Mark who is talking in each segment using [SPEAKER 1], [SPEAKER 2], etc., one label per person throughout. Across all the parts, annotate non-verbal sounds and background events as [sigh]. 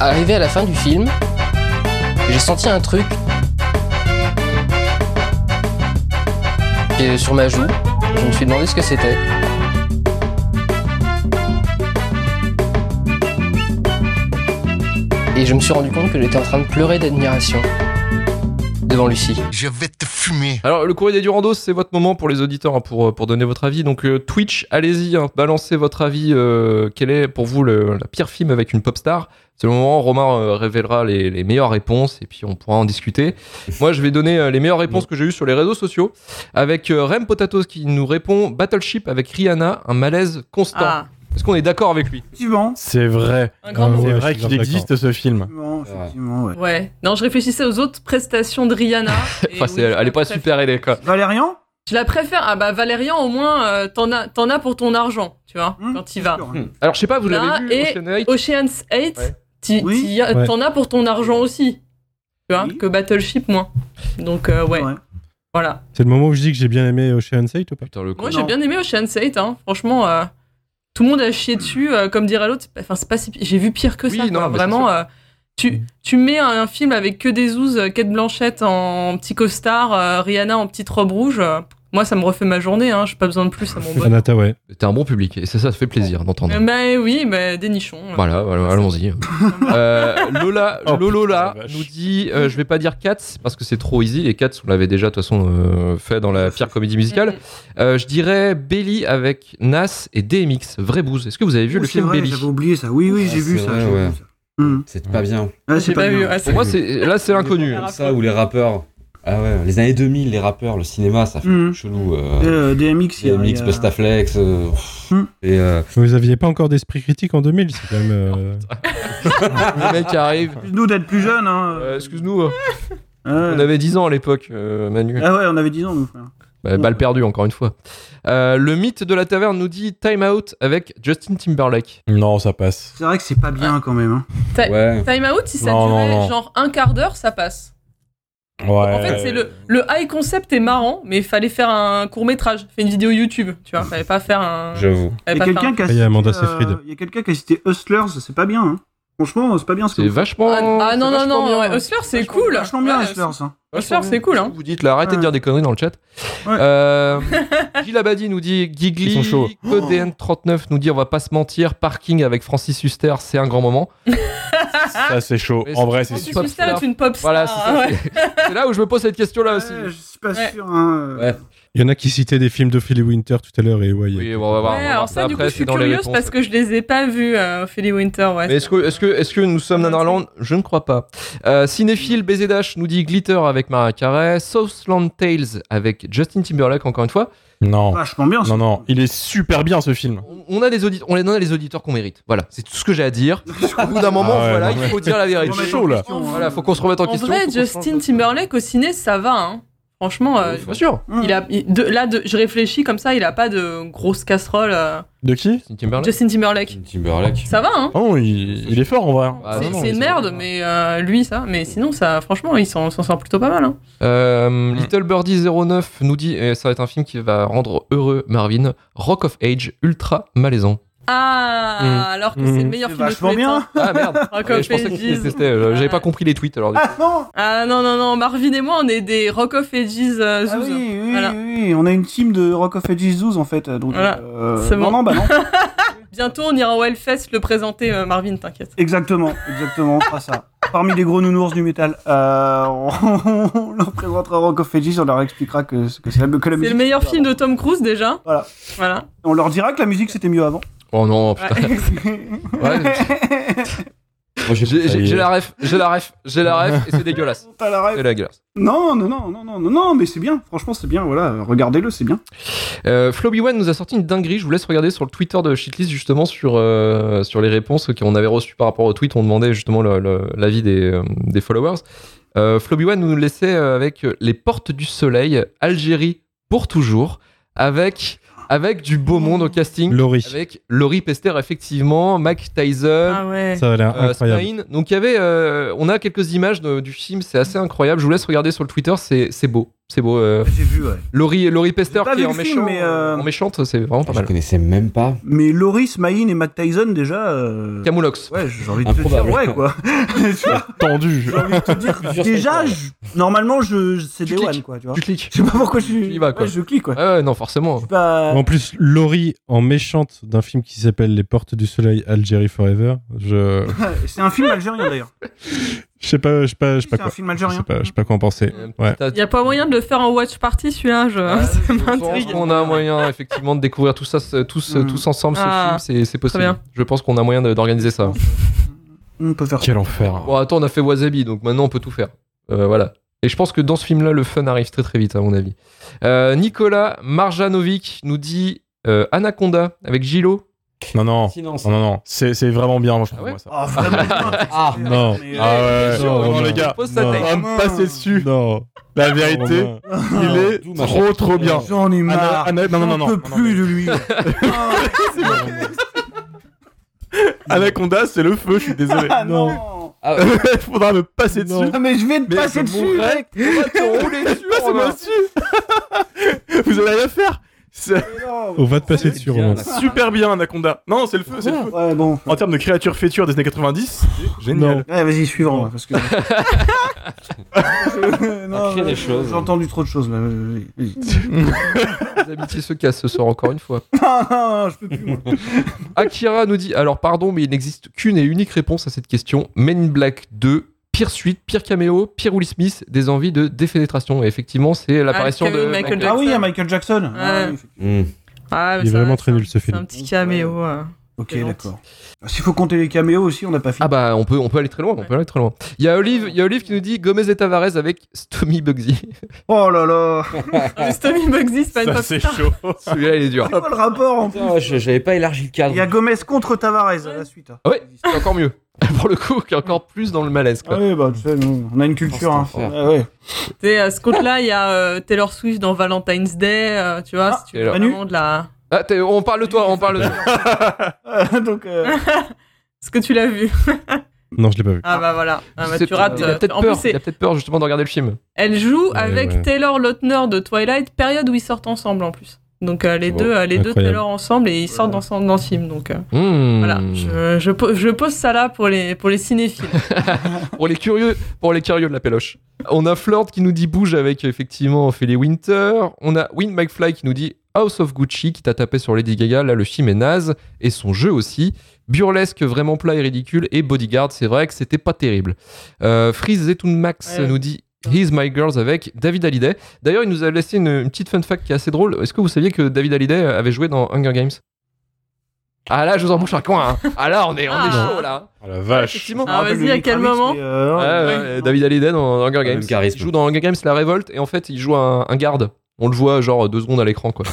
[SPEAKER 1] Arrivé à la fin du film, j'ai senti un truc et sur ma joue. Je me suis demandé ce que c'était. Et je me suis rendu compte que j'étais en train de pleurer d'admiration devant Lucie.
[SPEAKER 2] Je vais te fumer.
[SPEAKER 3] Alors, le courrier des Durandos, c'est votre moment pour les auditeurs, hein, pour, euh, pour donner votre avis. Donc, euh, Twitch, allez-y, hein, balancez votre avis. euh, quel est pour vous le, la pire film avec une pop star C'est le moment, Romain euh, révélera les, les meilleures réponses et puis on pourra en discuter. Moi, je vais donner euh, les meilleures réponses que j'ai eues sur les réseaux sociaux avec euh, Rem Potatoes qui nous répond Battleship avec Rihanna, un malaise constant.
[SPEAKER 4] Ah, Eh
[SPEAKER 3] Est-ce qu'on est d'accord avec lui
[SPEAKER 5] Effectivement.
[SPEAKER 6] C'est vrai. Ah
[SPEAKER 7] Un grand mot.
[SPEAKER 6] C'est
[SPEAKER 7] Ouais,
[SPEAKER 6] vrai
[SPEAKER 7] je suis
[SPEAKER 6] qu'il
[SPEAKER 7] grave
[SPEAKER 6] existe ce film.
[SPEAKER 5] Effectivement,
[SPEAKER 7] C'est vrai.
[SPEAKER 5] effectivement, ouais.
[SPEAKER 4] ouais. Non, je réfléchissais aux autres prestations
[SPEAKER 3] [laughs]
[SPEAKER 4] de Rihanna. et
[SPEAKER 3] Enfin,
[SPEAKER 4] oui,
[SPEAKER 3] c'est- Elle est
[SPEAKER 4] je
[SPEAKER 3] pas
[SPEAKER 4] la préfère.
[SPEAKER 3] super aidée, quoi.
[SPEAKER 5] Valérian
[SPEAKER 4] Je la préfère. Ah bah Valérian, au moins, euh, t'en as, t'en as pour ton argent, tu vois,
[SPEAKER 5] Hmm,
[SPEAKER 4] quand il va.
[SPEAKER 5] sûr.
[SPEAKER 3] Alors, je sais pas, vous
[SPEAKER 4] Là,
[SPEAKER 3] l'avez vu,
[SPEAKER 4] et-
[SPEAKER 3] Ocean Eight
[SPEAKER 4] Ocean's 8,
[SPEAKER 3] Ouais.
[SPEAKER 4] t'y-
[SPEAKER 5] Oui.
[SPEAKER 4] t'y as-
[SPEAKER 7] Ouais.
[SPEAKER 4] t'en as pour ton argent aussi. Tu vois,
[SPEAKER 5] Oui.
[SPEAKER 4] que Battleship, moins. Donc, euh, ouais,
[SPEAKER 5] Ouais.
[SPEAKER 4] voilà.
[SPEAKER 7] C'est le moment où je dis que j'ai bien aimé Ocean's 8 ou pas
[SPEAKER 3] Putain, le con.
[SPEAKER 4] Moi, j'ai
[SPEAKER 5] Non.
[SPEAKER 4] bien aimé Ocean's 8, hein. franchement. euh, tout le monde a chié dessus, euh, comme dirait l'autre. c'est pas- Enfin, c'est pas si. pi- J'ai vu pire que
[SPEAKER 3] Oui,
[SPEAKER 4] ça.
[SPEAKER 3] non,
[SPEAKER 4] quoi.
[SPEAKER 3] mais
[SPEAKER 4] Vraiment,
[SPEAKER 3] c'est
[SPEAKER 4] euh, tu, tu mets un, un film avec que des ouzes, euh, Kate Blanchett en petit costard, euh, Rihanna en petite robe rouge. euh, moi, ça me refait ma journée, hein. j'ai pas besoin de plus à mon bonheur.
[SPEAKER 7] Anata, ouais.
[SPEAKER 3] T'es un bon public et c'est ça, ça fait plaisir d'entendre.
[SPEAKER 4] Euh, bah oui, bah, des nichons. euh.
[SPEAKER 3] Voilà, voilà, allons-y. Euh, Lola,
[SPEAKER 7] [laughs] Oh,
[SPEAKER 3] Lolola
[SPEAKER 7] putain, la vache.
[SPEAKER 3] nous dit euh, je vais pas dire Cats parce que c'est trop easy et Cats on l'avait déjà de toute façon euh, fait dans la pire comédie
[SPEAKER 4] [laughs]
[SPEAKER 3] musicale. Euh, je dirais Belly avec Nas et DMX, vrai bouse. Est-ce que vous avez vu
[SPEAKER 5] Oh,
[SPEAKER 3] le
[SPEAKER 5] c'est
[SPEAKER 3] film
[SPEAKER 5] vrai,
[SPEAKER 3] Belly
[SPEAKER 5] J'avais oublié ça. Oui, oui,
[SPEAKER 4] Ah,
[SPEAKER 5] j'ai vu
[SPEAKER 7] c'est
[SPEAKER 5] ça.
[SPEAKER 7] vrai,
[SPEAKER 5] j'ai vu
[SPEAKER 7] ouais.
[SPEAKER 5] ça. Hmm.
[SPEAKER 7] C'est
[SPEAKER 6] pas
[SPEAKER 7] bien.
[SPEAKER 5] Ouais,
[SPEAKER 4] J'ai
[SPEAKER 5] c'est
[SPEAKER 4] pas
[SPEAKER 5] pas
[SPEAKER 4] vu.
[SPEAKER 5] bien.
[SPEAKER 4] ouais,
[SPEAKER 3] Pour moi c'est là c'est l'inconnu.
[SPEAKER 5] [laughs]
[SPEAKER 4] Comme
[SPEAKER 7] ça ou les rappeurs. Ah ouais, les années 2000, les rappeurs, le cinéma, ça fait
[SPEAKER 5] Mhm.
[SPEAKER 7] chelou. Euh,
[SPEAKER 5] Euh, DMX, il y a- il y
[SPEAKER 7] DMX,
[SPEAKER 5] a-
[SPEAKER 7] Bustaflex. euh, pff,
[SPEAKER 5] Mhm.
[SPEAKER 7] et, euh,
[SPEAKER 8] Vous aviez pas encore d'esprit critique en 2000, c'est quand même. euh,
[SPEAKER 3] Le mec qui arrive.
[SPEAKER 5] Nous d'être plus jeunes. Hein.
[SPEAKER 3] Euh, Excuse-nous, euh,
[SPEAKER 5] Ouais.
[SPEAKER 3] on avait 10 ans à l'époque, euh, Manu.
[SPEAKER 5] Ah ouais, on avait 10 ans, nous, frère.
[SPEAKER 3] Bah, balle perdue encore une fois. Euh, le mythe de la taverne nous dit Time Out avec Justin Timberlake.
[SPEAKER 6] Non, ça passe.
[SPEAKER 5] C'est vrai que c'est pas bien quand même. hein.
[SPEAKER 7] ouais.
[SPEAKER 4] Time Out, si ça
[SPEAKER 6] Non, non,
[SPEAKER 4] durait
[SPEAKER 6] non.
[SPEAKER 4] genre un quart d'heure, ça passe.
[SPEAKER 6] Ouais.
[SPEAKER 4] En fait, c'est le, le high concept est marrant, mais il fallait faire un court métrage, fait une vidéo YouTube, tu vois. Fallait pas faire un.
[SPEAKER 7] J'avoue.
[SPEAKER 4] fallait
[SPEAKER 5] Il y a
[SPEAKER 4] Eh, pas faire
[SPEAKER 5] quelqu'un qui a
[SPEAKER 8] Ah, Il y
[SPEAKER 5] cité.
[SPEAKER 8] a Amanda
[SPEAKER 5] euh,
[SPEAKER 8] Seyfried.
[SPEAKER 5] Il y a quelqu'un qui a cité Hustlers, c'est pas bien. hein. Franchement, c'est pas bien ce que
[SPEAKER 3] C'est
[SPEAKER 5] vous
[SPEAKER 3] vachement.
[SPEAKER 4] Ah, ah, non,
[SPEAKER 3] c'est
[SPEAKER 4] non,
[SPEAKER 3] vachement
[SPEAKER 4] non,
[SPEAKER 3] bien. hein.
[SPEAKER 4] ouais, Hustler, c'est
[SPEAKER 5] Vachement-
[SPEAKER 4] cool.
[SPEAKER 5] Vachement bien,
[SPEAKER 4] Ouais,
[SPEAKER 5] Hustlers. hein.
[SPEAKER 4] Hustlers, c'est cool, hein.
[SPEAKER 3] Vous dites là, arrêtez de
[SPEAKER 5] Ouais.
[SPEAKER 3] dire des conneries dans le chat.
[SPEAKER 5] Ouais.
[SPEAKER 3] Euh, Gilles Abadi nous dit
[SPEAKER 6] Ils
[SPEAKER 3] Gigli,
[SPEAKER 6] sont chauds.
[SPEAKER 3] CodeN39 nous dit on va pas se mentir, parking avec Francis Huster, c'est un grand moment.
[SPEAKER 6] Ça, c'est chaud.
[SPEAKER 3] Mais
[SPEAKER 6] En vrai, c'est
[SPEAKER 3] c'est-
[SPEAKER 4] Francis
[SPEAKER 6] sûr.
[SPEAKER 3] Pop
[SPEAKER 4] Huster
[SPEAKER 3] star.
[SPEAKER 4] est une pop star.
[SPEAKER 3] Voilà, c'est ça,
[SPEAKER 4] Ah, ouais.
[SPEAKER 3] C'est [laughs] là où je me pose cette question là aussi.
[SPEAKER 5] Ouais, Je suis pas
[SPEAKER 4] Ouais.
[SPEAKER 5] sûr. hein.
[SPEAKER 7] Ouais.
[SPEAKER 8] Il y en a qui citaient des films d'Ophélie Winter tout à l'heure et ouais. il y a-
[SPEAKER 3] Oui, bon, on va voir. on va
[SPEAKER 4] Ouais,
[SPEAKER 3] voir
[SPEAKER 4] alors
[SPEAKER 3] ça
[SPEAKER 4] ça, du
[SPEAKER 3] après,
[SPEAKER 4] coup, je suis
[SPEAKER 3] c'est dans les
[SPEAKER 4] curieuse
[SPEAKER 3] réponses.
[SPEAKER 4] parce que je les ai pas vus, euh, Ophélie Winter, ouais.
[SPEAKER 3] Mais est-ce que, est-ce que, est-ce que nous sommes nanarland Je ne crois pas. Euh, cinéphile BZ Dash nous dit Glitter avec Maria Carey, Southland Tales avec Justin Timberlake encore une fois.
[SPEAKER 6] Non.
[SPEAKER 5] Vachement bien.
[SPEAKER 6] Non, non. Il est super bien, ce film.
[SPEAKER 3] On- On a des auditeurs, on les donne à les auditeurs qu'on mérite. Voilà, c'est tout ce que j'ai à [laughs] dire. Au bout d'un moment,
[SPEAKER 6] Ah ouais,
[SPEAKER 3] voilà,
[SPEAKER 6] non,
[SPEAKER 3] il faut dire la vérité.
[SPEAKER 6] Remettre chaud, là.
[SPEAKER 5] hein.
[SPEAKER 3] Voilà, faut qu'on se remette en,
[SPEAKER 4] en hein.
[SPEAKER 3] question.
[SPEAKER 4] vrai,
[SPEAKER 3] faut qu'on
[SPEAKER 4] Justin
[SPEAKER 3] change de-
[SPEAKER 4] Timberlake au ciné, ça va, hein. Franchement, euh,
[SPEAKER 3] Bien sûr.
[SPEAKER 5] Hum.
[SPEAKER 4] il a, il- de, là, de, je réfléchis comme ça, il a pas de grosse casserole. euh,
[SPEAKER 6] De qui
[SPEAKER 3] Justin Timberlake.
[SPEAKER 4] Justin Timberlake.
[SPEAKER 7] Timberlake.
[SPEAKER 4] Ça va, hein.
[SPEAKER 6] Oh, il, il est fort, en vrai.
[SPEAKER 3] Ah,
[SPEAKER 4] c'est
[SPEAKER 3] non, non,
[SPEAKER 4] c'est
[SPEAKER 3] mais
[SPEAKER 4] une
[SPEAKER 3] ça
[SPEAKER 4] merde,
[SPEAKER 3] va.
[SPEAKER 4] mais euh, lui, ça. Mais sinon, ça, franchement, il s'en s'en sort plutôt pas mal. Hein.
[SPEAKER 3] Euh, Little Birdie 09 nous dit, et ça va être un film qui va rendre heureux Marvin, Rock of Age ultra malaisant.
[SPEAKER 4] Ah,
[SPEAKER 6] Mm.
[SPEAKER 4] alors que
[SPEAKER 6] Mm.
[SPEAKER 4] c'est le meilleur
[SPEAKER 5] C'est
[SPEAKER 4] film de tous
[SPEAKER 5] vachement
[SPEAKER 4] les temps.
[SPEAKER 5] bien.
[SPEAKER 3] Ah [laughs] merde
[SPEAKER 4] Rock
[SPEAKER 3] Ouais,
[SPEAKER 4] of
[SPEAKER 3] Je pensais que
[SPEAKER 4] Ages.
[SPEAKER 3] c'était, euh, j'avais pas compris les tweets alors.
[SPEAKER 5] Ah non
[SPEAKER 4] Ah non, non, non, Marvin et moi, on est des Rock of Ages euh,
[SPEAKER 5] Ah
[SPEAKER 4] zouzes.
[SPEAKER 5] oui, oui,
[SPEAKER 4] Voilà.
[SPEAKER 5] oui, on a une team de Rock of Ages 12 en fait. Donc,
[SPEAKER 4] Voilà.
[SPEAKER 5] euh,
[SPEAKER 4] C'est
[SPEAKER 5] Non,
[SPEAKER 4] bon.
[SPEAKER 5] non,
[SPEAKER 4] [laughs]
[SPEAKER 5] bah non.
[SPEAKER 4] Bientôt, on ira au Hellfest le présenter, euh, Marvin, t'inquiète.
[SPEAKER 5] Exactement, exactement, on fera ça. Parmi les gros nounours du métal, euh, [laughs] on, on leur présentera Rock of Ages, on leur expliquera que, que c'est la, que la
[SPEAKER 4] C'est
[SPEAKER 5] musique.
[SPEAKER 4] le meilleur film de Tom Cruise déjà.
[SPEAKER 5] Voilà.
[SPEAKER 4] Voilà.
[SPEAKER 5] On leur dira que la musique c'était
[SPEAKER 4] [laughs]
[SPEAKER 5] mieux avant.
[SPEAKER 3] Oh non, putain.
[SPEAKER 5] [laughs]
[SPEAKER 4] Ouais.
[SPEAKER 3] [laughs] Ouais,
[SPEAKER 7] Moi,
[SPEAKER 3] j'ai-
[SPEAKER 7] Ça y
[SPEAKER 3] j'ai
[SPEAKER 7] est.
[SPEAKER 3] j'ai la ref, j'ai la ref, j'ai la ref et c'est [laughs] dégueulasse.
[SPEAKER 5] T'as la
[SPEAKER 3] C'est
[SPEAKER 5] rêve.
[SPEAKER 3] dégueulasse.
[SPEAKER 5] Non, non, non, non, non, non, non, mais c'est bien. Franchement, c'est bien. Voilà, euh, regardez-le, c'est bien.
[SPEAKER 3] Euh, Floby One nous a sorti une dinguerie. Je vous laisse regarder sur le Twitter de Shitlist justement sur, euh, sur les réponses qu'on avait reçues par rapport au tweet. On demandait justement le- le- l'avis des, euh, des followers. Euh, Floby One nous laissait euh, avec euh, Les Portes du Soleil, Algérie pour toujours, avec, avec du beau monde au casting,
[SPEAKER 8] Laurie.
[SPEAKER 3] avec Laurie Pester effectivement, Mac Tyson.
[SPEAKER 4] Ah ouais.
[SPEAKER 8] Ça a l'air
[SPEAKER 3] euh,
[SPEAKER 8] incroyable.
[SPEAKER 3] Smaïn. Donc il y avait, euh, on a quelques images de- du film, c'est assez incroyable. Je vous laisse regarder sur le Twitter, c'est c'est beau, C'est beau. euh,
[SPEAKER 5] J'ai vu, ouais.
[SPEAKER 3] Laurie, Laurie Pester
[SPEAKER 5] J'ai pas
[SPEAKER 3] qui
[SPEAKER 5] vu
[SPEAKER 3] est en,
[SPEAKER 5] le film,
[SPEAKER 3] méchant,
[SPEAKER 5] mais, euh,
[SPEAKER 3] en méchante, c'est vraiment pas
[SPEAKER 7] Ah, Je
[SPEAKER 3] mal.
[SPEAKER 7] connaissais même pas.
[SPEAKER 5] Mais Loris, Maïn et Matt Tyson, déjà. euh,
[SPEAKER 3] Camoulox.
[SPEAKER 5] Ouais, j'ai envie de te dire,
[SPEAKER 7] Improbable.
[SPEAKER 5] ouais, quoi. [laughs] Tu vois,
[SPEAKER 6] Tendu.
[SPEAKER 5] j'ai envie de te dire,
[SPEAKER 7] Plusieurs
[SPEAKER 5] déjà,
[SPEAKER 7] spectacles.
[SPEAKER 5] je- normalement, je... je- c'est
[SPEAKER 3] Tu
[SPEAKER 5] Day One,
[SPEAKER 3] cliques.
[SPEAKER 5] quoi, tu vois.
[SPEAKER 3] Tu cliques.
[SPEAKER 5] Je sais pas pourquoi je
[SPEAKER 3] Tu y vas, quoi.
[SPEAKER 5] ouais, je clique, quoi.
[SPEAKER 3] Ouais, ouais, non, forcément.
[SPEAKER 5] C'est pas-
[SPEAKER 8] En plus, Laurie en méchante d'un film qui s'appelle Les Portes du Soleil, Algérie Forever. Je,
[SPEAKER 5] [laughs] C'est un film algérien, d'ailleurs.
[SPEAKER 8] je sais pas, je sais pas, je sais
[SPEAKER 5] C'est
[SPEAKER 8] pas
[SPEAKER 5] un
[SPEAKER 8] quoi.
[SPEAKER 5] film
[SPEAKER 8] Je sais
[SPEAKER 5] algérien.
[SPEAKER 8] pas, je sais pas quoi en penser. Ouais.
[SPEAKER 4] Il y a pas moyen de le faire en watch party celui-là. Je...
[SPEAKER 5] Ah,
[SPEAKER 4] ça m'intrigue.
[SPEAKER 3] On a un moyen effectivement de découvrir tout ça, ce- tous,
[SPEAKER 5] Mm.
[SPEAKER 3] tous ensemble ce
[SPEAKER 4] Ah.
[SPEAKER 3] film, c'est- c'est possible.
[SPEAKER 4] bien.
[SPEAKER 3] Je pense qu'on a moyen de- d'organiser ça.
[SPEAKER 5] On peut faire ça.
[SPEAKER 6] Quel enfer.
[SPEAKER 3] Bon, attends, on a fait Wasabi, donc maintenant on peut tout faire. Euh, voilà. Et je pense que dans ce film-là, le fun arrive très très vite, à mon avis. Euh, Nicolas Marjanovic nous dit euh, Anaconda avec Gilo.
[SPEAKER 6] Non, non.
[SPEAKER 7] Sinon, ça-
[SPEAKER 6] Non, non, non. C'est c'est vraiment bien, moi, je trouve.
[SPEAKER 3] ouais
[SPEAKER 6] moi, ça.
[SPEAKER 5] Oh, vraiment, putain,
[SPEAKER 7] Ah,
[SPEAKER 5] c'est-
[SPEAKER 8] non.
[SPEAKER 5] mais- euh,
[SPEAKER 6] Ah ouais,
[SPEAKER 8] Non,
[SPEAKER 6] vraiment,
[SPEAKER 8] non,
[SPEAKER 6] les gars.
[SPEAKER 3] pose sa
[SPEAKER 8] non.
[SPEAKER 6] On
[SPEAKER 3] tête.
[SPEAKER 6] va me passer dessus.
[SPEAKER 8] Non.
[SPEAKER 6] La vérité, il est
[SPEAKER 7] D'où ma
[SPEAKER 6] trop, trop bien.
[SPEAKER 5] J'en ai
[SPEAKER 6] Anna-
[SPEAKER 5] marre.
[SPEAKER 6] Anna- ah, non, non, non,
[SPEAKER 5] J'en
[SPEAKER 6] non,
[SPEAKER 5] peux
[SPEAKER 6] non,
[SPEAKER 5] plus
[SPEAKER 6] mais-
[SPEAKER 5] de
[SPEAKER 6] [laughs]
[SPEAKER 5] lui. Ah,
[SPEAKER 6] Anaconda, c'est le feu, je suis [laughs] désolé.
[SPEAKER 5] ah,
[SPEAKER 8] Non.
[SPEAKER 5] non.
[SPEAKER 7] Ah,
[SPEAKER 6] Faudra me passer
[SPEAKER 8] Non.
[SPEAKER 6] dessus.
[SPEAKER 5] Ah, mais je vais te
[SPEAKER 6] Mais
[SPEAKER 5] passer
[SPEAKER 6] je
[SPEAKER 5] dessus,
[SPEAKER 6] mourrais.
[SPEAKER 5] mec.
[SPEAKER 3] [laughs]
[SPEAKER 6] Passez-moi dessus. Vous avez rien à faire. C'est
[SPEAKER 5] Mais non.
[SPEAKER 8] On va te passer dessus,
[SPEAKER 7] bien,
[SPEAKER 8] Romain.
[SPEAKER 7] là.
[SPEAKER 6] super bien, Anaconda. Non, c'est le feu, c'est le feu.
[SPEAKER 5] Ouais, bon.
[SPEAKER 6] En termes de créatures fétures des années 90, c'est génial.
[SPEAKER 8] Non.
[SPEAKER 5] Ouais, vas-y, suivant, là,
[SPEAKER 6] [laughs]
[SPEAKER 5] parce que. Je-
[SPEAKER 7] On crée
[SPEAKER 5] ouais,
[SPEAKER 7] des choses.
[SPEAKER 5] J'ai entendu trop de choses, là. vas-y, vas-y.
[SPEAKER 6] [laughs]
[SPEAKER 5] euh.
[SPEAKER 3] Les amitiés se cassent ce soir encore une fois.
[SPEAKER 5] Ah, ah, je peux plus, moi.
[SPEAKER 3] Akira nous dit alors pardon mais il n'existe qu'une et unique réponse à cette question Men in Black 2 pire suite pire caméo pire Will Smith des envies de défénétration et effectivement c'est l'apparition
[SPEAKER 4] le caméo
[SPEAKER 3] de
[SPEAKER 4] de Michael
[SPEAKER 3] Michael
[SPEAKER 4] Jackson.
[SPEAKER 5] Ah oui, il y a Michael Jackson. Ah, oui,
[SPEAKER 7] Hmm.
[SPEAKER 4] [laughs] Ah, mais
[SPEAKER 8] Il est
[SPEAKER 4] ça,
[SPEAKER 8] vraiment
[SPEAKER 4] c'est
[SPEAKER 8] très
[SPEAKER 4] un-
[SPEAKER 8] nul, ce
[SPEAKER 4] C'est
[SPEAKER 8] film.
[SPEAKER 4] un petit caméo. hein.
[SPEAKER 5] Ok,
[SPEAKER 4] Excellent.
[SPEAKER 5] d'accord. S'il faut compter les caméos aussi, on n'a pas fini.
[SPEAKER 3] ah bah on peut on peut aller très loin on peut aller très loin il y a Olive il y a Olive qui nous dit Gomez et Tavares avec Stomy Bugsy [laughs]
[SPEAKER 6] Ah.
[SPEAKER 5] Oh là là
[SPEAKER 4] Juste Tommy Bugsy, c'est pas une
[SPEAKER 6] Ça,
[SPEAKER 4] pop
[SPEAKER 6] c'est
[SPEAKER 4] star.
[SPEAKER 6] chaud.
[SPEAKER 3] celui-là il est dur
[SPEAKER 5] C'est quoi le rapport en plus
[SPEAKER 7] Putain, ouais, je- j'avais pas élargi le cadre.
[SPEAKER 5] Il y a Gomez contre Tavares à la suite. hein.
[SPEAKER 3] Ah ouais c'est encore mieux [laughs] pour le coup qui est encore plus dans le malaise
[SPEAKER 5] Ah
[SPEAKER 3] quoi.
[SPEAKER 5] oui, bah tu sais, nous, on a une culture. hein.
[SPEAKER 7] Oh, c'est un
[SPEAKER 5] Ah ouais.
[SPEAKER 4] T'sais, à ce compte-là, il y a euh, Taylor Swift dans Valentine's Day, euh, tu vois,
[SPEAKER 5] Ah,
[SPEAKER 4] si tu veux
[SPEAKER 3] Taylor.
[SPEAKER 4] vraiment de la...
[SPEAKER 3] Ah, t'es- on parle de toi on parle de
[SPEAKER 4] Ah,
[SPEAKER 3] [laughs] toi
[SPEAKER 5] Euh, [laughs] Donc, euh,
[SPEAKER 4] Est-ce que tu l'as vu
[SPEAKER 8] Non, je l'ai pas vu.
[SPEAKER 4] Ah bah voilà, Ah bah,
[SPEAKER 3] C'est-
[SPEAKER 4] tu rates.
[SPEAKER 3] il a
[SPEAKER 4] euh,
[SPEAKER 3] peut-être
[SPEAKER 4] en plus,
[SPEAKER 3] peur
[SPEAKER 4] c'est-
[SPEAKER 3] il a peut-être peur justement de regarder le film
[SPEAKER 4] elle joue
[SPEAKER 8] Ouais,
[SPEAKER 4] avec
[SPEAKER 8] ouais.
[SPEAKER 4] Taylor Lautner de Twilight, période où ils sortent ensemble en plus. Donc euh, les
[SPEAKER 7] Oh,
[SPEAKER 4] deux, euh, les deux
[SPEAKER 8] incroyable.
[SPEAKER 4] Taylor ensemble et ils sortent ensemble dans ce film. Donc euh,
[SPEAKER 3] Hmm.
[SPEAKER 4] voilà, je, je, po- je pose ça là pour les pour les cinéphiles.
[SPEAKER 3] Pour les curieux, pour les curieux de la péloche. On a Flord qui nous dit bouge avec effectivement Ophélie Winter. On a Win McFly qui nous dit House of Gucci qui t'a tapé sur Lady Gaga. Là, le film est naze et son jeu aussi. Burlesque, vraiment plat et ridicule. Et Bodyguard, c'est vrai que c'était pas terrible. Euh, Freeze Zetoun Max
[SPEAKER 4] Ouais.
[SPEAKER 3] nous dit He's My Girls avec David Hallyday. D'ailleurs, il nous a laissé une, une petite fun fact qui est assez drôle. Est-ce que vous saviez que David Hallyday avait joué dans Hunger Games Ah là, je vous embauche un coin. hein. Ah là, on est, on est
[SPEAKER 4] Ah.
[SPEAKER 3] chaud là.
[SPEAKER 6] Ah la vache.
[SPEAKER 3] Effectivement.
[SPEAKER 5] je me
[SPEAKER 4] Ah,
[SPEAKER 5] rappelle
[SPEAKER 4] vas-y,
[SPEAKER 5] le
[SPEAKER 4] à quel
[SPEAKER 5] Micramix,
[SPEAKER 4] moment
[SPEAKER 5] mais, euh,
[SPEAKER 3] Ah, Ouais,
[SPEAKER 5] ouais,
[SPEAKER 3] ouais, David Hallyday dans Hunger
[SPEAKER 7] Ah, même
[SPEAKER 3] Games.
[SPEAKER 7] charisme.
[SPEAKER 3] Il joue dans Hunger Games La Révolte et en fait il joue un, un garde. On le voit genre deux secondes à l'écran quoi.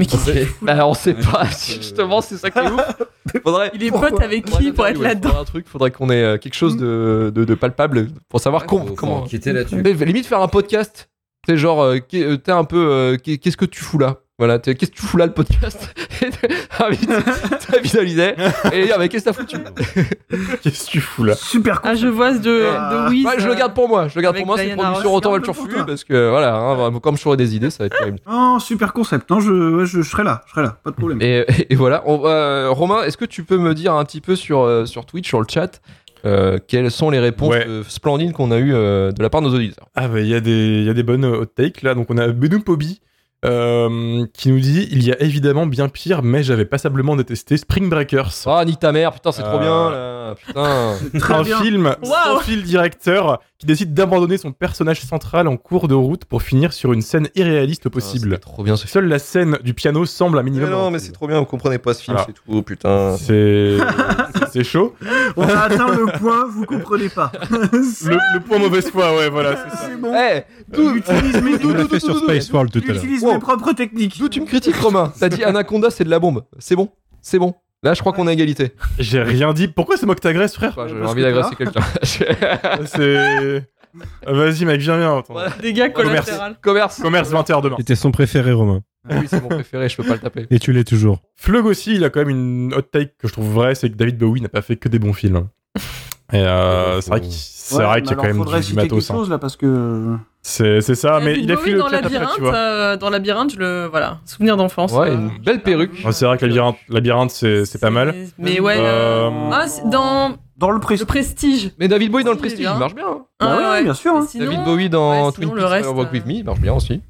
[SPEAKER 4] Mais qu'est-ce qu'il
[SPEAKER 7] C'est-
[SPEAKER 4] fout là
[SPEAKER 3] [laughs] Bah, on sait
[SPEAKER 7] Ouais,
[SPEAKER 3] pas,
[SPEAKER 7] c'est-
[SPEAKER 3] [laughs] justement c'est ça qui est
[SPEAKER 7] [laughs]
[SPEAKER 3] ouf. Faudrait,
[SPEAKER 4] Il est
[SPEAKER 5] Pourquoi
[SPEAKER 4] pote avec
[SPEAKER 3] faudrait
[SPEAKER 4] qui pour être
[SPEAKER 3] ouais,
[SPEAKER 4] là-dedans
[SPEAKER 3] faudrait un truc, faudrait qu'on ait euh, quelque chose de, de- de palpable pour savoir
[SPEAKER 7] Ouais,
[SPEAKER 3] com-
[SPEAKER 7] faut- faut
[SPEAKER 3] comment.
[SPEAKER 7] enquêter là-dessus.
[SPEAKER 3] Mais limite faire un podcast. C'est genre, euh, qu'est- euh, t'es un peu, euh, qu'est- qu'est-ce que tu fous là Voilà, t'es- qu'est-ce que tu fous là le podcast [laughs] Invite David Hallyday et avec qu'est-ce que t'as foutu
[SPEAKER 6] [laughs] Qu'est-ce que tu fous là
[SPEAKER 5] Super cool.
[SPEAKER 4] Ah, je vois ce de,
[SPEAKER 5] Ah.
[SPEAKER 4] de Wiz,
[SPEAKER 3] Ouais, je
[SPEAKER 4] euh,
[SPEAKER 3] le garde pour moi, je le garde
[SPEAKER 4] Avec
[SPEAKER 3] pour moi, c'est une
[SPEAKER 4] Diana
[SPEAKER 3] production
[SPEAKER 4] Ross. hein,
[SPEAKER 3] Rotten
[SPEAKER 5] Garde-le
[SPEAKER 3] Vulture
[SPEAKER 5] pour
[SPEAKER 3] Flux,
[SPEAKER 5] toi.
[SPEAKER 3] parce que voilà, hein, vraiment, comme j'aurai des idées, ça va être terrible.
[SPEAKER 5] Oh, super concept. Hein, je, ouais, je, je serai là, je serai là, pas de problème.
[SPEAKER 3] Et, et voilà, on va- euh, Romain, est-ce que tu peux me dire un petit peu sur, euh, sur Twitch, sur le chat, euh, quelles sont les réponses
[SPEAKER 6] Ouais.
[SPEAKER 3] euh, splendides qu'on a eues euh, de la part de nos auditeurs
[SPEAKER 6] Ah bah il y, a des- il y a des bonnes euh, hot takes là. Donc on a Benoît Poby euh, qui nous dit il y a évidemment bien pire, mais j'avais passablement détesté Spring Breakers.
[SPEAKER 3] Ah, nique ta mère, putain, c'est trop
[SPEAKER 6] Euh.
[SPEAKER 3] bien, là, putain. [laughs]
[SPEAKER 5] Très
[SPEAKER 6] un
[SPEAKER 5] bien.
[SPEAKER 6] film
[SPEAKER 4] Waouh.
[SPEAKER 6] sans fil directeur qui décide d'abandonner son personnage central en cours de route pour finir sur une scène irréaliste
[SPEAKER 3] Putain,
[SPEAKER 6] possible.
[SPEAKER 3] Ah, c'est trop bien ce film.
[SPEAKER 6] Seule la scène du piano semble un minimum. romantique.
[SPEAKER 3] trop bien, vous comprenez pas ce
[SPEAKER 6] film, Voilà.
[SPEAKER 3] c'est tout, putain.
[SPEAKER 6] C'est c'est-
[SPEAKER 5] [laughs]
[SPEAKER 6] c'est chaud.
[SPEAKER 5] On a atteint le point, vous comprenez pas. [laughs]
[SPEAKER 6] Le, le point mauvaise foi, ouais, voilà, c'est ça.
[SPEAKER 5] C'est bon.
[SPEAKER 3] Eh,
[SPEAKER 5] Il
[SPEAKER 6] Euh,
[SPEAKER 3] d'où
[SPEAKER 5] utilise mes,
[SPEAKER 8] On l'a fait sur Space World tout
[SPEAKER 5] il
[SPEAKER 8] à l'heure.
[SPEAKER 5] utilise
[SPEAKER 3] Wow.
[SPEAKER 5] mes propres techniques.
[SPEAKER 3] d'où tu me critiques, Romain T'as dit Anaconda, c'est de la bombe. C'est bon, c'est bon. Là, je crois qu'on a égalité.
[SPEAKER 6] J'ai rien dit. Pourquoi c'est moi que t'agresses, frère
[SPEAKER 3] Enfin, J'ai
[SPEAKER 5] parce
[SPEAKER 3] envie
[SPEAKER 5] que
[SPEAKER 3] d'agresser quelqu'un. [laughs]
[SPEAKER 6] C'est. Ah, Vas-y, mec, viens, viens. attends.
[SPEAKER 4] des gars
[SPEAKER 6] Commerce.
[SPEAKER 4] collatéraux.
[SPEAKER 3] Commerce. Ah
[SPEAKER 6] Commerce 20h demain.
[SPEAKER 8] C'était son préféré, Romain.
[SPEAKER 3] Oui, c'est mon préféré, je peux pas le taper.
[SPEAKER 8] Et tu l'es toujours.
[SPEAKER 6] Fleug aussi, il a quand même une hot take que je trouve vraie c'est que David Bowie n'a pas fait que des bons films. Et euh, c'est vrai qu'il c'est vrai qu'il y a quand même
[SPEAKER 5] faudrait
[SPEAKER 6] du, du
[SPEAKER 5] citer
[SPEAKER 6] matos.
[SPEAKER 5] quelque
[SPEAKER 6] hein.
[SPEAKER 5] chose là parce que euh,
[SPEAKER 6] C'est c'est ça, Ah, mais
[SPEAKER 4] David
[SPEAKER 6] il a
[SPEAKER 4] Bowie
[SPEAKER 6] fait le
[SPEAKER 4] dans
[SPEAKER 6] cut après,
[SPEAKER 4] labyrinthe,
[SPEAKER 6] tu vois.
[SPEAKER 4] euh, dans labyrinthe, je le voilà, souvenir d'enfance.
[SPEAKER 3] Ouais,
[SPEAKER 4] euh,
[SPEAKER 3] une belle perruque.
[SPEAKER 6] Ouais, C'est vrai que labyrinthe, labyrinthe c'est c'est pas mal.
[SPEAKER 4] Mais ouais. euh,
[SPEAKER 6] Euh,
[SPEAKER 4] Ah, c'est dans
[SPEAKER 5] dans le prix.
[SPEAKER 4] le Prestige.
[SPEAKER 3] Mais David Bowie dans le
[SPEAKER 4] Si,
[SPEAKER 3] Prestige,
[SPEAKER 4] bien.
[SPEAKER 3] il marche bien. hein.
[SPEAKER 5] Bah
[SPEAKER 4] Ah
[SPEAKER 5] oui, oui, bien sûr,
[SPEAKER 4] mais
[SPEAKER 5] hein.
[SPEAKER 4] sinon,
[SPEAKER 3] David Bowie dans
[SPEAKER 4] ouais,
[SPEAKER 3] Twin
[SPEAKER 4] sinon,
[SPEAKER 3] Peaks
[SPEAKER 4] le reste,
[SPEAKER 3] Walk With
[SPEAKER 4] euh,
[SPEAKER 3] Me, il marche bien aussi.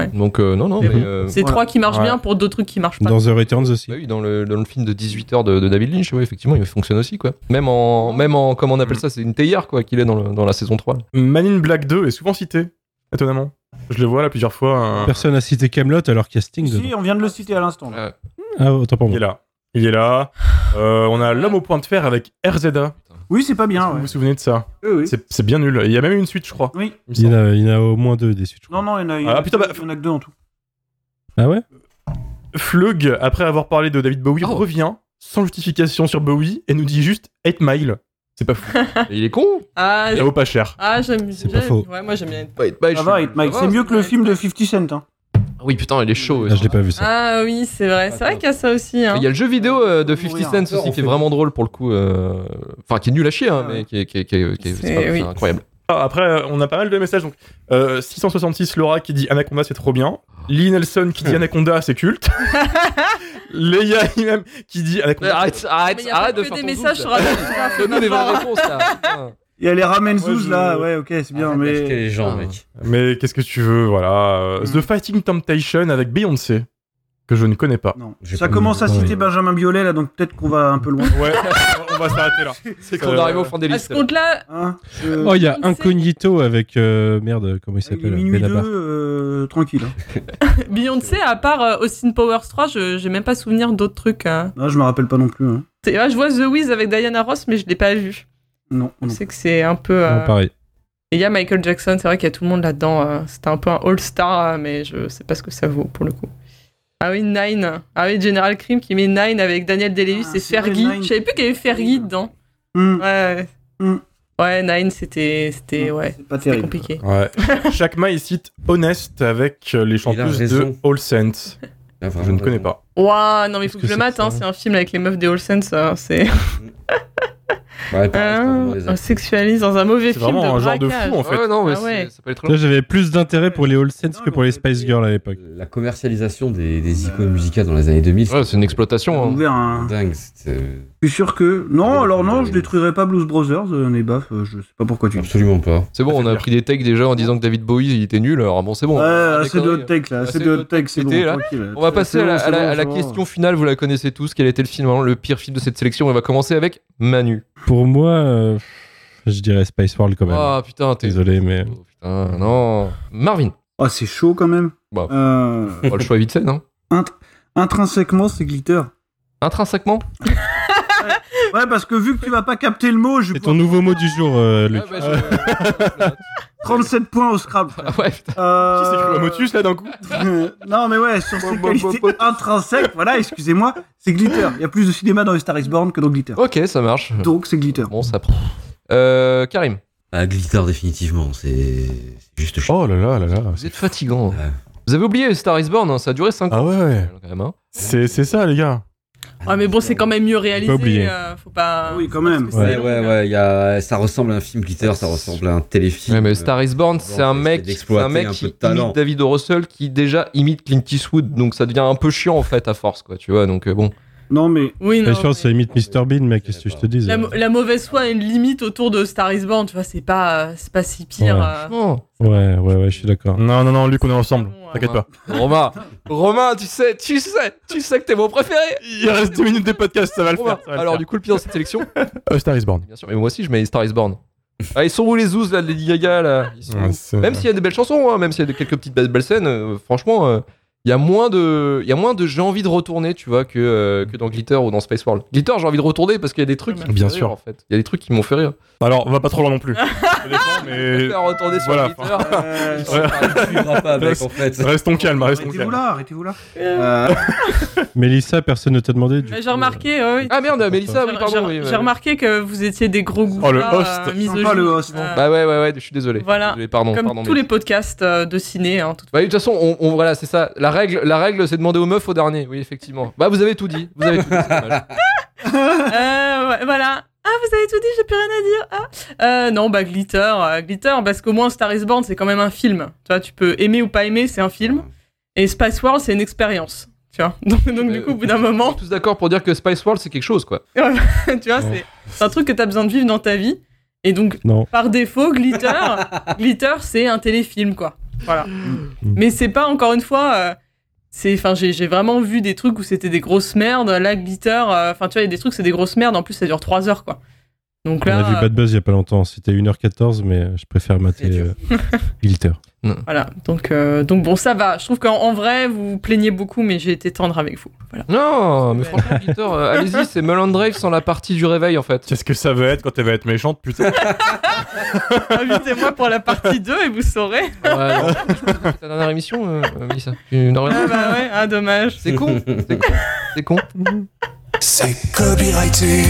[SPEAKER 4] Ouais.
[SPEAKER 3] Donc euh, non, non,
[SPEAKER 4] C'est
[SPEAKER 3] mais...
[SPEAKER 4] bon.
[SPEAKER 3] euh,
[SPEAKER 4] C'est
[SPEAKER 5] Voilà.
[SPEAKER 4] trois qui marchent
[SPEAKER 6] Ouais.
[SPEAKER 4] bien pour d'autres trucs qui marchent pas.
[SPEAKER 8] Dans The Returns aussi.
[SPEAKER 3] Bah oui, dans le, dans le film de 18 heures de, de David Lynch, ouais, effectivement, il fonctionne aussi, quoi. Même en, même en comment on
[SPEAKER 5] Mm.
[SPEAKER 3] appelle ça, c'est une théière, quoi, qu'il est dans, le- dans la saison 3. là.
[SPEAKER 6] Man in Black 2 est souvent cité, étonnamment. Je le vois là plusieurs fois. hein.
[SPEAKER 8] Personne n'a cité Camelot alors qu'il y a Sting dedans.
[SPEAKER 5] Si, on vient de le citer à l'instant.
[SPEAKER 3] Euh,
[SPEAKER 5] là.
[SPEAKER 8] Ah, autant pour
[SPEAKER 6] Il est
[SPEAKER 8] moi.
[SPEAKER 6] là. Il est là. Euh, on a l'homme au point de fer avec RZA.
[SPEAKER 5] Oui, c'est pas bien.
[SPEAKER 6] Vous
[SPEAKER 5] Ah ouais.
[SPEAKER 6] vous souvenez de ça
[SPEAKER 5] Oui, oui.
[SPEAKER 6] C'est c'est bien nul. Il y a même eu une suite, je crois.
[SPEAKER 5] Oui.
[SPEAKER 8] Il y
[SPEAKER 6] Il me
[SPEAKER 8] en
[SPEAKER 6] semble.
[SPEAKER 8] a, il y en a au moins deux des suites. je crois.
[SPEAKER 5] Non, non, il y en a, il y en a-
[SPEAKER 6] Ah, putain, bah,
[SPEAKER 5] il y en a que deux en tout.
[SPEAKER 8] Ah ouais
[SPEAKER 6] Flug, après avoir parlé de David Bowie,
[SPEAKER 3] Oh.
[SPEAKER 6] revient sans justification sur Bowie et nous dit juste 8 Mile. C'est pas fou.
[SPEAKER 3] Et il est con
[SPEAKER 4] Ah,
[SPEAKER 6] Il vaut pas cher.
[SPEAKER 4] ah j'aime
[SPEAKER 8] C'est
[SPEAKER 4] j'aime-
[SPEAKER 8] pas faux.
[SPEAKER 4] Ouais, moi j'aime bien.
[SPEAKER 3] Bah, bah, je
[SPEAKER 5] Ça
[SPEAKER 3] suis-
[SPEAKER 5] va, It Mike.
[SPEAKER 3] ça
[SPEAKER 5] C'est
[SPEAKER 3] va.
[SPEAKER 5] mieux que le film de 50 Cent. hein.
[SPEAKER 3] Ah Oui, putain, il est chaud.
[SPEAKER 8] Ah, Je l'ai pas vu ça.
[SPEAKER 4] Ah oui, c'est vrai. C'est vrai qu'il y a ça aussi. hein.
[SPEAKER 3] Il y a le jeu vidéo euh, de 50 Cent aussi
[SPEAKER 7] On
[SPEAKER 3] qui
[SPEAKER 7] fait-
[SPEAKER 3] est vraiment drôle pour le coup. euh, Enfin, qui est nul à chier, hein,
[SPEAKER 5] Ah ouais. Eh
[SPEAKER 3] mais qui est, qui est- qui est- qui est- c'est
[SPEAKER 4] C'est-
[SPEAKER 3] pas- c'est
[SPEAKER 4] oui.
[SPEAKER 3] incroyable.
[SPEAKER 6] Ah, après, euh, on a pas mal de messages. Donc, euh, 666 Laura qui dit Anaconda, c'est trop bien. Lee Nelson qui dit Anaconda, c'est culte. Leia même qui dit
[SPEAKER 3] Mais
[SPEAKER 6] Anaconda.
[SPEAKER 3] arrête,
[SPEAKER 4] Ah, Mais
[SPEAKER 3] arrête,
[SPEAKER 4] il y a
[SPEAKER 3] arrête
[SPEAKER 4] pas
[SPEAKER 3] de
[SPEAKER 4] que
[SPEAKER 3] faire
[SPEAKER 4] des
[SPEAKER 3] ton
[SPEAKER 4] messages
[SPEAKER 3] zoom,
[SPEAKER 4] sur
[SPEAKER 3] là.
[SPEAKER 4] Adolf
[SPEAKER 3] Donne-nous les vraies réponses là. Putain.
[SPEAKER 5] Il y a les Ramen
[SPEAKER 6] Moi,
[SPEAKER 5] Zouz
[SPEAKER 6] je-
[SPEAKER 5] là. Ouais, ok, c'est bien. Mais
[SPEAKER 7] les gens,
[SPEAKER 3] Ah,
[SPEAKER 7] mec.
[SPEAKER 6] Mais qu'est-ce que tu veux, voilà. euh,
[SPEAKER 5] Hmm.
[SPEAKER 6] The Fighting Temptation avec Beyoncé, que je ne connais pas.
[SPEAKER 5] non.
[SPEAKER 7] J'ai
[SPEAKER 5] Ça
[SPEAKER 7] pas
[SPEAKER 5] commence à
[SPEAKER 7] mis-
[SPEAKER 5] citer
[SPEAKER 7] Ouais.
[SPEAKER 5] Benjamin Biolay là, donc peut-être qu'on va un peu loin.
[SPEAKER 6] Ouais, [laughs] on va s'arrêter là.
[SPEAKER 3] C'est qu'on arrive au fond des
[SPEAKER 4] À ce
[SPEAKER 3] listes.
[SPEAKER 4] compte-là,
[SPEAKER 5] Hein, je-
[SPEAKER 8] Oh, il y a
[SPEAKER 4] Beyoncé.
[SPEAKER 8] Incognito avec. euh, merde, comment il
[SPEAKER 5] Il est
[SPEAKER 8] s'appelle
[SPEAKER 5] minuit deux,
[SPEAKER 8] Benabar.
[SPEAKER 5] euh, tranquille. hein.
[SPEAKER 4] Beyoncé, à part euh, Austin Powers 3, je j'ai même pas souvenir d'autres trucs. hein.
[SPEAKER 5] Ah, je me rappelle pas non plus. hein.
[SPEAKER 4] C'est- ah, je vois The Wiz avec Diana Ross, mais je l'ai pas vu.
[SPEAKER 5] Non,
[SPEAKER 4] Je
[SPEAKER 5] non.
[SPEAKER 4] sais que c'est un peu. euh,
[SPEAKER 8] Non, pareil.
[SPEAKER 4] Et il y a Michael Jackson, c'est vrai qu'il y a tout le monde là-dedans. euh, C'était un peu un all-star, euh, mais je sais pas ce que ça vaut pour le coup. Ah oui, Nine. Ah oui, General Crime qui met Nine avec Daniel Day-Lewis
[SPEAKER 5] Ah,
[SPEAKER 4] et
[SPEAKER 5] c'est vrai,
[SPEAKER 4] Fergie.
[SPEAKER 5] Nine.
[SPEAKER 4] Je savais plus qu'il y avait Fergie dedans.
[SPEAKER 5] Hmm,
[SPEAKER 4] Ouais, ouais.
[SPEAKER 5] Mm.
[SPEAKER 4] Ouais, Nine, c'était. C'était. Ouais.
[SPEAKER 5] C'est pas
[SPEAKER 4] C'était
[SPEAKER 5] terrible.
[SPEAKER 4] compliqué.
[SPEAKER 6] Ouais. Chaque mail cite Honest avec euh, les chanteuses de
[SPEAKER 7] raison. Ah,
[SPEAKER 6] All Saints.
[SPEAKER 7] Là,
[SPEAKER 6] Je
[SPEAKER 7] vraiment,
[SPEAKER 6] ne connais
[SPEAKER 7] vraiment.
[SPEAKER 6] pas.
[SPEAKER 4] Waouh, non, mais faut
[SPEAKER 8] Est-ce
[SPEAKER 4] que,
[SPEAKER 8] que
[SPEAKER 4] je le
[SPEAKER 8] c'est
[SPEAKER 4] mate, hein,
[SPEAKER 8] ça
[SPEAKER 4] c'est un film avec les meufs des All Sense. hein, c'est.
[SPEAKER 7] Ouais, pareil, c'est pas vraiment des
[SPEAKER 4] on
[SPEAKER 7] actes.
[SPEAKER 4] sexualise dans un mauvais
[SPEAKER 6] C'est
[SPEAKER 4] film.
[SPEAKER 6] vraiment
[SPEAKER 4] de
[SPEAKER 6] un genre de
[SPEAKER 4] braquage.
[SPEAKER 6] fou en fait.
[SPEAKER 3] Ouais, non, mais
[SPEAKER 4] Ah ouais.
[SPEAKER 3] c'est- ça peut être
[SPEAKER 8] Là,
[SPEAKER 3] long.
[SPEAKER 8] j'avais plus d'intérêt pour les All Saints que pour les Spice Girls à l'époque.
[SPEAKER 7] La commercialisation des, des icônes musicales dans les années 2000,
[SPEAKER 3] Ouais, c'est une
[SPEAKER 5] On
[SPEAKER 3] exploitation.
[SPEAKER 5] a
[SPEAKER 3] hein.
[SPEAKER 5] ouvert un-
[SPEAKER 7] c'est dingue. c'était-
[SPEAKER 5] Je suis sûr que.
[SPEAKER 7] Ah,
[SPEAKER 5] Non,
[SPEAKER 7] oui,
[SPEAKER 5] alors
[SPEAKER 7] oui,
[SPEAKER 5] non,
[SPEAKER 7] oui.
[SPEAKER 5] je détruirais pas Blues Brothers, euh, les baffes, euh, je sais pas pourquoi tu dis.
[SPEAKER 7] Absolument pas.
[SPEAKER 3] C'est bon,
[SPEAKER 6] Ça
[SPEAKER 3] on
[SPEAKER 6] fait
[SPEAKER 3] a
[SPEAKER 6] peur.
[SPEAKER 3] pris des takes déjà en disant que David Bowie il était nul, alors ah bon, c'est bon.
[SPEAKER 5] Ouais,
[SPEAKER 3] Des
[SPEAKER 5] assez de hot
[SPEAKER 3] conneries.
[SPEAKER 5] tech là,
[SPEAKER 3] Assez
[SPEAKER 5] assez
[SPEAKER 3] de
[SPEAKER 5] de hot
[SPEAKER 3] hot
[SPEAKER 5] tech, c'est bon.
[SPEAKER 3] C'était, là.
[SPEAKER 5] tranquille.
[SPEAKER 3] On va passer à la,
[SPEAKER 5] C'est
[SPEAKER 3] à la-
[SPEAKER 5] bon,
[SPEAKER 3] à la
[SPEAKER 5] c'est bon.
[SPEAKER 3] question finale, vous la connaissez tous, quel était le film, vraiment le pire film de cette sélection On va commencer avec Manu.
[SPEAKER 8] Pour moi, euh, je dirais Spice World quand même.
[SPEAKER 3] Ah putain, t'es...
[SPEAKER 8] Désolé, mais.
[SPEAKER 3] Oh, putain, non. Marvin,
[SPEAKER 5] Ah, c'est chaud quand même.
[SPEAKER 3] Bah.
[SPEAKER 5] Euh,
[SPEAKER 3] Pas le choix vite fait, non
[SPEAKER 5] intrinsèquement, c'est glitter.
[SPEAKER 3] Intrinsèquement
[SPEAKER 5] Ouais, parce que vu que tu vas pas capter le mot, je
[SPEAKER 8] C'est ton nouveau mot du jour, euh, Luc.
[SPEAKER 3] Ah, bah, je-
[SPEAKER 5] 37 points au
[SPEAKER 6] [laughs]
[SPEAKER 5] Scrabble.
[SPEAKER 3] Ah, [laughs] ouais, putain.
[SPEAKER 5] Euh,
[SPEAKER 6] Qui s'est cru à Motus là d'un coup
[SPEAKER 5] non, mais ouais, sur ses
[SPEAKER 3] Bon, bon,
[SPEAKER 5] qualités
[SPEAKER 3] bon,
[SPEAKER 5] intrinsèques, voilà, excusez-moi, c'est glitter. Il y a plus de cinéma dans les Star Is Born que dans glitter.
[SPEAKER 3] Ok, ça marche.
[SPEAKER 5] Donc, c'est glitter.
[SPEAKER 3] Bon, ça prend. Euh, Karim,
[SPEAKER 7] Ah, Glitter, définitivement, c'est c'est juste chiant.
[SPEAKER 8] Oh là là là là.
[SPEAKER 3] vous êtes fatigant.
[SPEAKER 7] Ouais.
[SPEAKER 3] Vous avez oublié Star is Born, hein, ça a duré 5 ans.
[SPEAKER 6] Ah ouais, ouais.
[SPEAKER 3] Quand même, hein.
[SPEAKER 6] C'est c'est ça les gars.
[SPEAKER 4] Ah, mais bon, c'est quand même mieux réalisé.
[SPEAKER 8] oublier.
[SPEAKER 4] euh, faut pas.
[SPEAKER 5] Oui, quand même.
[SPEAKER 4] parce que
[SPEAKER 7] Ouais,
[SPEAKER 4] c'est
[SPEAKER 7] ouais,
[SPEAKER 4] long,
[SPEAKER 7] ouais, il y a... ça ressemble à un film Glitter, ça ressemble à un téléfilm. euh,
[SPEAKER 3] Ouais, mais Star is Born,
[SPEAKER 7] Born,
[SPEAKER 3] c'est un
[SPEAKER 7] c'est
[SPEAKER 3] mec, c'est
[SPEAKER 7] d'exploiter
[SPEAKER 3] un mec
[SPEAKER 7] un peu
[SPEAKER 3] qui
[SPEAKER 7] de talent.
[SPEAKER 3] imite David O. Russell qui déjà imite Clint Eastwood, donc ça devient un peu chiant en fait à force, quoi, tu vois. Donc euh, bon,
[SPEAKER 5] Non, mais
[SPEAKER 4] Oui, non.
[SPEAKER 8] Spice World,
[SPEAKER 4] mais
[SPEAKER 8] ça imite Mr. Bean, mec, qu'est-ce que je te dis
[SPEAKER 4] La, mo- la mauvaise foi a une limite autour de Star is Born, tu vois, c'est pas, euh, c'est pas si pire.
[SPEAKER 8] Ouais.
[SPEAKER 6] Ah.
[SPEAKER 4] euh.
[SPEAKER 3] Oh.
[SPEAKER 8] Ouais, ouais, ouais, je suis d'accord.
[SPEAKER 6] Non, non, non, Luc, on est ensemble.
[SPEAKER 4] Bon,
[SPEAKER 6] T'inquiète
[SPEAKER 3] ouais.
[SPEAKER 6] pas.
[SPEAKER 3] Romain, Romain, tu sais, tu sais, tu sais que t'es mon préféré.
[SPEAKER 6] Il reste 2 minutes de podcast, ça va le
[SPEAKER 3] Romain.
[SPEAKER 6] faire. ça va le
[SPEAKER 3] Alors
[SPEAKER 6] faire.
[SPEAKER 3] du coup, le pire dans cette sélection,
[SPEAKER 6] A Star is Born.
[SPEAKER 3] bien sûr. Mais moi aussi, je mets Star is Born. Ah, ils sont où les zouz là, de Lady Gaga là Ils sont où
[SPEAKER 7] Ah,
[SPEAKER 6] Ouais, Ah, c'est-
[SPEAKER 3] Même s'il y a des belles chansons, hein, même s'il y a des- quelques petites belles, belles scènes, euh, franchement, euh, il y a moins de, il y a moins de j'ai envie de retourner, tu vois, que, euh, que dans Glitter ou dans Space World. Glitter, j'ai envie de retourner parce qu'il y a des trucs. Qui m'ont
[SPEAKER 6] Bien
[SPEAKER 3] fait
[SPEAKER 6] sûr.
[SPEAKER 3] rire, en fait, il y a des trucs qui m'ont fait rire.
[SPEAKER 6] Alors, on va pas trop loin
[SPEAKER 3] [laughs]
[SPEAKER 6] non plus. Ça dépend, mais
[SPEAKER 3] Faire retourner sur
[SPEAKER 6] voilà, [laughs]
[SPEAKER 3] Glitter.
[SPEAKER 5] Euh,
[SPEAKER 7] Tu suivras pas, mec, en fait.
[SPEAKER 6] restons calmes, restons
[SPEAKER 5] arrêtez-vous
[SPEAKER 6] calmes.
[SPEAKER 5] là, arrêtez-vous là. Euh,
[SPEAKER 8] Mélissa, personne ne t'a demandé. du
[SPEAKER 4] Mais J'ai
[SPEAKER 8] coup,
[SPEAKER 4] remarqué, euh, oui.
[SPEAKER 3] Ah merde, Mélissa,
[SPEAKER 4] J'ai-
[SPEAKER 3] oui, pardon.
[SPEAKER 4] j'ai-
[SPEAKER 3] oui,
[SPEAKER 4] j'ai
[SPEAKER 3] euh,
[SPEAKER 4] remarqué que vous étiez des gros goûts.
[SPEAKER 6] Oh, le host.
[SPEAKER 5] Non, pas Ah, le host.
[SPEAKER 3] Bah ouais, ouais, ouais, je suis désolé.
[SPEAKER 4] euh,
[SPEAKER 3] Je
[SPEAKER 4] Voilà.
[SPEAKER 3] suis désolé, pardon,
[SPEAKER 4] comme
[SPEAKER 3] pardon,
[SPEAKER 4] tous
[SPEAKER 3] mais-
[SPEAKER 4] les podcasts euh, de ciné. hein, tout-
[SPEAKER 3] Bah, de toute façon, on, on- voilà, c'est ça. La règle, la règle, c'est demander aux meufs au dernier. Oui, effectivement. Bah, vous avez tout dit. Vous avez tout dit. c'est dommage.
[SPEAKER 4] Euh, ouais, voilà. vous avez tout dit, j'ai plus rien à dire. Ah. Euh, non, bah Glitter, euh, Glitter, parce qu'au moins Star is Born, c'est quand même un film. Tu vois, tu peux aimer ou pas aimer, c'est un film. Et Space World, c'est une expérience. Tu vois. [laughs] Donc, donc,
[SPEAKER 3] Mais,
[SPEAKER 4] du coup, au bout
[SPEAKER 3] euh,
[SPEAKER 4] d'un
[SPEAKER 3] On est
[SPEAKER 4] moment, [laughs]
[SPEAKER 3] tous d'accord pour dire que Spice World c'est quelque chose quoi.
[SPEAKER 4] tu vois,
[SPEAKER 8] Bon.
[SPEAKER 4] c'est c'est un truc que t'as besoin de vivre dans ta vie. Et donc,
[SPEAKER 8] Non.
[SPEAKER 4] par défaut, Glitter, Glitter, c'est un téléfilm, quoi. Voilà.
[SPEAKER 8] Mm.
[SPEAKER 4] Mais c'est pas, encore une fois, euh, c'est, enfin, j'ai j'ai vraiment vu des trucs où c'était des grosses merdes. Là, Glitter, euh, enfin, tu vois, il y a des trucs, c'est des grosses merdes. En plus, ça dure 3 heures, quoi. Donc
[SPEAKER 8] On
[SPEAKER 4] là,
[SPEAKER 8] a vu
[SPEAKER 4] euh,
[SPEAKER 8] Bad Buzz il y a pas longtemps. C'était 1h14, mais je préfère mater euh, Glitter.
[SPEAKER 4] voilà. Donc, euh, donc bon, ça va. Je trouve qu'en en vrai, vous vous plaignez beaucoup, mais j'ai été tendre avec vous. Voilà. [laughs]
[SPEAKER 3] Non, mais
[SPEAKER 4] Ouais.
[SPEAKER 3] franchement, Peter, euh, allez-y, c'est Melandrave sans la partie du réveil en fait.
[SPEAKER 9] Qu'est-ce que ça va être quand elle va être méchante, putain
[SPEAKER 4] Invitez-moi pour la partie 2 et vous saurez.
[SPEAKER 3] Ouais, non, je pense que c'est ta dernière émission, euh, euh, Mélissa. Tu n'as rien
[SPEAKER 4] Ah
[SPEAKER 3] dit.
[SPEAKER 4] bah ouais, ah dommage.
[SPEAKER 3] C'est con, c'est con, c'est con.
[SPEAKER 6] C'est copyrighté.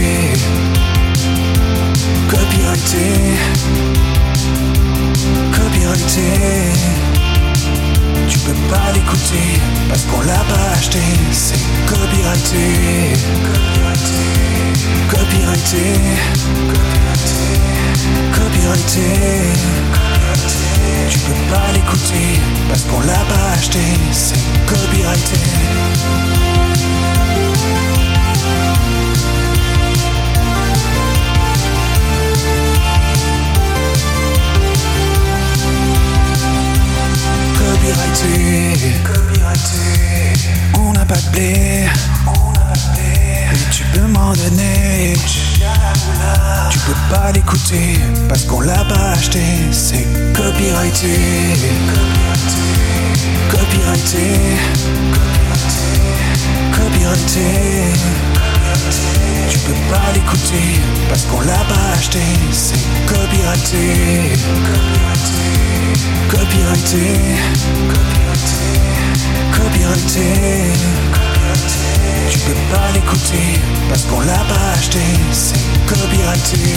[SPEAKER 6] Copyrighté. Copyrighté. Tu peux pas l'écouter parce qu'on l'a pas acheté. C'est copyrighté. Copyrighté. Copyrighté. Copyrighté. Copyrighté. Tu peux pas l'écouter parce qu'on l'a pas acheté. C'est copyrighté. Copyrighté, copyrighté. On n'a pas de blé, on n'a pas de blé. Et tu peux m'en donner, tu peux pas l'écouter parce qu'on l'a pas acheté. C'est copyrighté, copyrighté, copyrighté, copyrighté. Tu peux pas l'écouter parce qu'on l'a pas acheté. C'est copyrighté, copyrighté. Copyrighté. Tu peux pas l'écouter parce qu'on l'a pas acheté. C'est copyrighté.